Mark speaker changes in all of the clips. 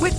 Speaker 1: With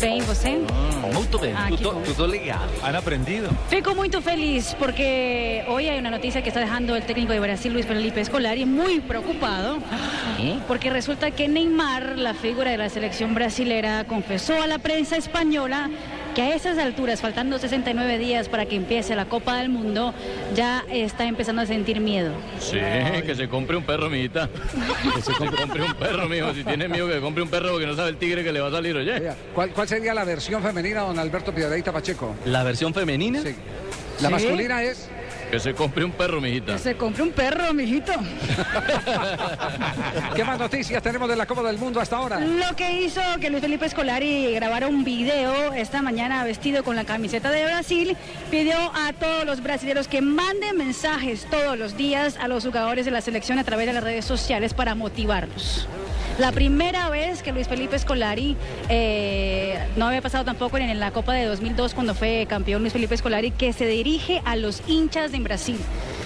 Speaker 2: Bem, você?
Speaker 3: Muito bem,
Speaker 2: Ah, que
Speaker 3: tudo,
Speaker 2: bom.
Speaker 3: tudo legal.
Speaker 4: Han aprendido.
Speaker 2: Fico muy feliz porque hoy hay una noticia que está dejando el técnico de Brasil, Luis Felipe Scolari, muy preocupado. Porque resulta que Neymar, la figura de la selección brasilera, confesó a la prensa española que a esas alturas, faltando 69 días para que empiece la Copa del Mundo, ya está empezando a sentir miedo.
Speaker 3: Sí, que se compre un perro, mijita. Que se compre un perro, mijo. Si tiene miedo que compre un perro porque no sabe el tigre que le va a salir, oye.
Speaker 5: Oiga, ¿Cuál, ¿Cuál sería la versión femenina, don Alberto Piedrahita Pacheco?
Speaker 3: La versión femenina,
Speaker 5: Sí. La
Speaker 2: ¿Sí?
Speaker 5: masculina es.
Speaker 3: que se compre un perro, mijita.
Speaker 2: Se compre un perro, mijito.
Speaker 5: ¿Qué más noticias tenemos de la Copa del Mundo hasta ahora?
Speaker 2: Lo que hizo que Luis Felipe Scolari grabara un video esta mañana vestido con la camiseta de Brasil, pidió a todos los brasileños que manden mensajes todos los días a los jugadores de la selección a través de las redes sociales para motivarlos. La primera vez que Luis Felipe Scolari, eh, no había pasado tampoco en la Copa de 2002 cuando fue campeón Luis Felipe Scolari, que se dirige a los hinchas en Brasil.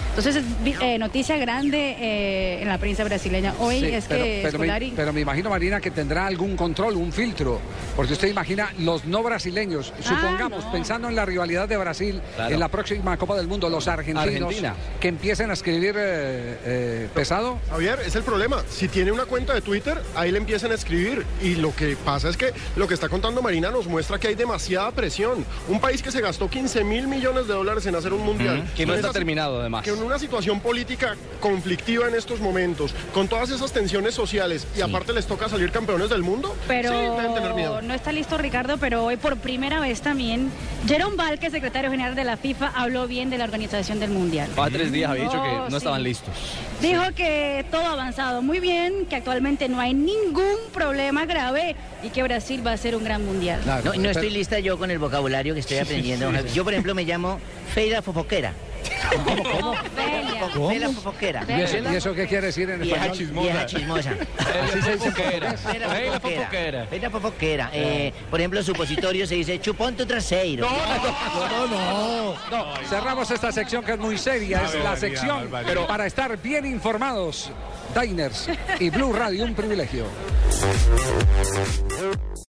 Speaker 2: Entonces, vi- eh, noticia grande eh, en la prensa brasileña hoy
Speaker 5: Sí,
Speaker 2: es
Speaker 5: pero,
Speaker 2: que
Speaker 5: pero
Speaker 2: Scolari...
Speaker 5: me, pero me imagino, Marina, que tendrá algún control, un filtro. Porque usted imagina los no brasileños, supongamos,
Speaker 2: Ah, no.
Speaker 5: pensando en la rivalidad de Brasil
Speaker 3: Claro.
Speaker 5: en la próxima Copa del Mundo, los argentinos
Speaker 3: Argentina.
Speaker 5: que empiecen a escribir eh, eh, pesado.
Speaker 6: Javier, es el problema. Si tiene una cuenta de Twitter, ahí le empiezan a escribir. Y lo que pasa es que lo que está contando Marina nos muestra que hay demasiada presión. Un país que se gastó 15 mil millones de dólares en hacer un mundial.
Speaker 3: Que no
Speaker 6: Con
Speaker 3: está
Speaker 6: esa-
Speaker 3: terminado, además.
Speaker 6: Que en una situación política conflictiva en estos momentos, con todas esas tensiones sociales, y aparte les toca salir campeones del mundo,
Speaker 2: Pero
Speaker 6: sí, deben tener miedo.
Speaker 2: no está listo Ricardo, pero hoy por primera vez también Jerome Valque, secretario general de la FIFA, habló bien de la organización del Mundial.
Speaker 6: Ah,
Speaker 3: Hace tres días había dicho que
Speaker 2: Oh,
Speaker 3: no
Speaker 2: sí.
Speaker 3: estaban listos.
Speaker 2: Dijo que todo ha avanzado muy bien, que actualmente no hay ningún problema grave y que Brasil va a ser un gran mundial.
Speaker 7: No, no estoy lista yo con el vocabulario que estoy aprendiendo. don Javier. Yo, por ejemplo, me llamo Feira Fofoquera.
Speaker 2: Ofelia.
Speaker 7: Feira Fofoquera.
Speaker 5: ¿Y eso, y eso qué quiere decir en
Speaker 7: Vieja
Speaker 5: español?
Speaker 7: chismosa. Vieja chismosa.
Speaker 5: Así se dice.
Speaker 7: Feira Fofoquera. Feira Fofoquera. Eh, por ejemplo, supositorio se dice chupón tu trasero.
Speaker 5: Cerramos esta sección que es muy seria, es la sección pero para estar bien informados. Diners y Blue Radio, un privilegio.